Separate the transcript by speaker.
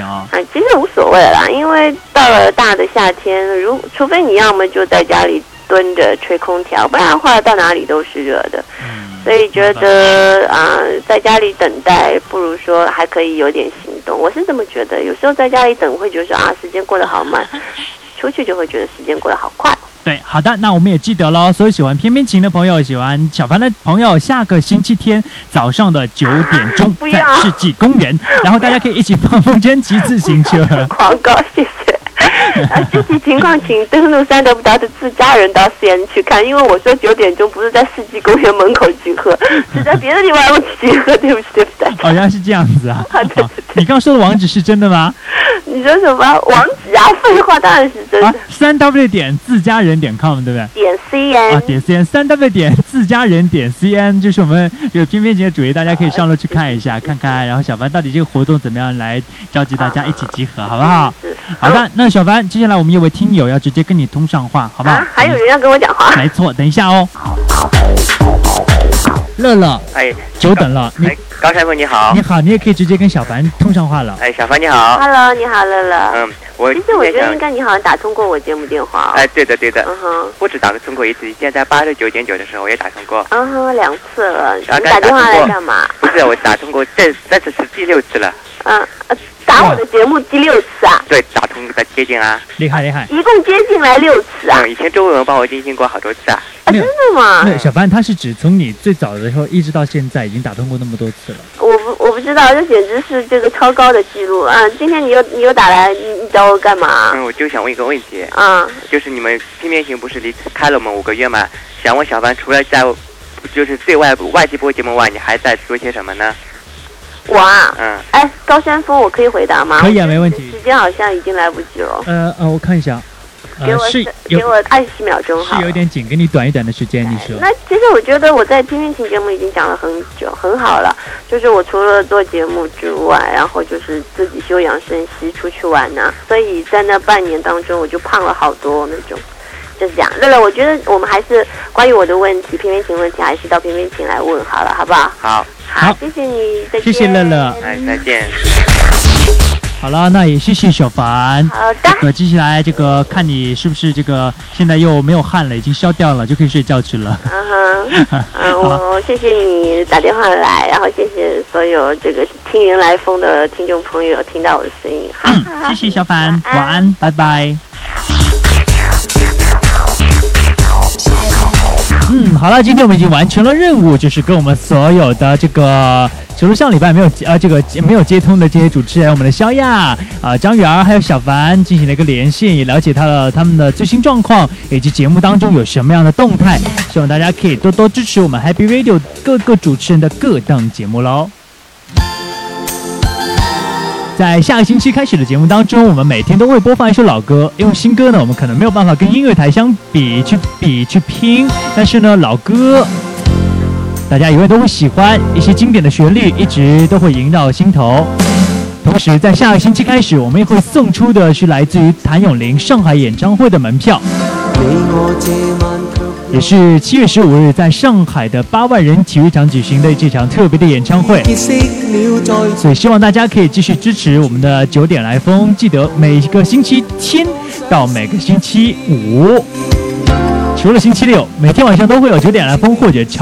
Speaker 1: 啊？
Speaker 2: 啊，其实无所谓啦，因为到了大的夏天，如除非你要么就在家里蹲着吹空调，不然的话到哪里都是热的。
Speaker 1: 嗯，
Speaker 2: 所以觉得啊、在家里等待不如说还可以有点行动，我是这么觉得。有时候在家里等会觉得说啊，时间过得好慢，出去就会觉得时间过得好快。
Speaker 1: 对，好的，那我们也记得喽。所有喜欢翩翩琴的朋友，喜欢小凡的朋友，下个星期天早上的九点钟
Speaker 2: 不
Speaker 1: 在
Speaker 2: 要
Speaker 1: 世纪公园，然后大家可以一起放风筝、骑自行 车。
Speaker 2: 广告，谢谢。啊，具体情况请登录三德不达的自家人到四 N 去看，因为我说九点钟不是在世纪公园门口集合， 是在别的地方集合，对不起，对不起。
Speaker 1: 哦，原来是这样子啊！
Speaker 2: 好的
Speaker 1: 好你刚说的网址是真的吗？
Speaker 2: 你说什么网址啊？废话，当然是真
Speaker 1: 啊
Speaker 2: 的。，
Speaker 1: 三 w 点自家人点 com 对不对？
Speaker 2: 点 C
Speaker 1: 啊，
Speaker 2: N，
Speaker 1: 点 cn 三 w 点自家人点 cn 就是我们这个翩翩节的主页，大家可以上路去看一下，看看，然后小凡到底这个活动怎么样来召集大家一起集合，好不好？
Speaker 2: 是
Speaker 1: 好的，那小凡，接下来我们有位听友要直接跟你通上话，好不好？
Speaker 2: 啊，还有人要跟我讲话。
Speaker 1: 嗯没错，等一下哦。乐乐，
Speaker 3: 哎，
Speaker 1: 久等了，你
Speaker 3: 哎，高师傅你好
Speaker 1: 你，好，你也可以直接跟小凡通上话了。
Speaker 3: 哎，小凡你好，
Speaker 2: Hello，你好，乐乐。
Speaker 3: 嗯，我
Speaker 2: 其
Speaker 3: 今
Speaker 2: 实啊我
Speaker 3: 天
Speaker 2: 觉得
Speaker 3: 想
Speaker 2: 应，该你好像打通过我节目电话哦。
Speaker 3: 哎，对的对的，
Speaker 2: 嗯哼，
Speaker 3: 不止打通过一次，现在八十九点九的时候我也打通 过，
Speaker 2: 嗯哼，两次了。你
Speaker 3: 大概
Speaker 2: 打电话
Speaker 3: 啊打通
Speaker 2: 来
Speaker 3: 过
Speaker 2: 干嘛？
Speaker 3: 不是我打通过这那次是第六次了，
Speaker 2: 嗯，呃打我的节目第六次啊，
Speaker 3: 对，打通的接近啊，
Speaker 1: 厉害厉害。
Speaker 2: 一共接近来六次啊。
Speaker 3: 嗯，以前周文文帮我进行过好多次啊，
Speaker 2: 啊，
Speaker 1: 没
Speaker 2: 真
Speaker 1: 有
Speaker 2: 的吗？
Speaker 1: 对，小凡他是指从你最早的时候一直到现在，已经打通过那么多次了。
Speaker 2: 我不我不知道，这简直是这个超高的记录啊！今天你又你又打来，你你找我干嘛？
Speaker 3: 嗯，我就想问一个问题，
Speaker 2: 啊，
Speaker 3: 就是你们新面行不是离开了我们五个月吗？想问小凡除了在就是对外外地播节目外，你还在做些什么呢？
Speaker 2: 我啊，
Speaker 3: 嗯，
Speaker 2: 哎，高山峰，我可以回答吗？
Speaker 1: 可以啊，没问题
Speaker 2: 时。间好像已经来不及了，
Speaker 1: 呃呃，我看一下，
Speaker 2: 给
Speaker 1: 呃
Speaker 2: 我
Speaker 1: 是
Speaker 2: 三
Speaker 1: 有
Speaker 2: 给我二十秒钟好
Speaker 1: 是
Speaker 2: 了
Speaker 1: 有点紧，给你短一短的时间，你说。
Speaker 2: 那其实我觉得我在《听运情》节目已经讲了很久，很好了。就是我除了做节目之外，然后就是自己休养生息，出去玩呐、啊所以在那半年当中，我就胖了好多那种。就是这样，乐乐，我觉得我们还是关于我的问题，偏偏情问题，还是到偏偏情来问好了，好不好？
Speaker 3: 好，
Speaker 1: 好
Speaker 2: 谢谢你，再
Speaker 1: 谢
Speaker 2: 见。
Speaker 1: 谢乐乐
Speaker 3: 哎，再见。
Speaker 1: 好了，那也谢谢小凡。
Speaker 2: 好的
Speaker 1: 这，个接下来这个看你是不是这个现在又没有汗了，已经消掉了，就可以睡觉去了。
Speaker 2: 嗯哼，嗯，我 我谢谢你打电话来，然后谢谢所有这个听云来风的听众朋友听到我的声音，好。
Speaker 1: 嗯谢谢小凡，晚安，拜拜。嗯，好了，今天我们已经完成了任务，就是跟我们所有的这个，除了上礼拜没有接呃这个接没有接通的这些主持人，我们的肖亚啊、张媛儿还有小凡进行了一个连线，也了解他的他们的最新状况，以及节目当中有什么样的动态，希望大家可以多多支持我们 Happy Radio 各个主持人的各档节目喽。在下个星期开始的节目当中，我们每天都会播放一首老歌，因为新歌呢，我们可能没有办法跟音乐台相比去比去拼，但是呢，老歌大家永远都会喜欢，一些经典的旋律一直都会萦绕心头。同时，在下个星期开始，我们也会送出的是来自于谭咏麟上海演唱会的门票。也是七月十五日在上海的八万人体育场举行的这场特别的演唱会。所以希望大家可以继续支持我们的九点来风，记得每个星期天到每个星期五，除了星期六，每天晚上都会有九点来风或者敲。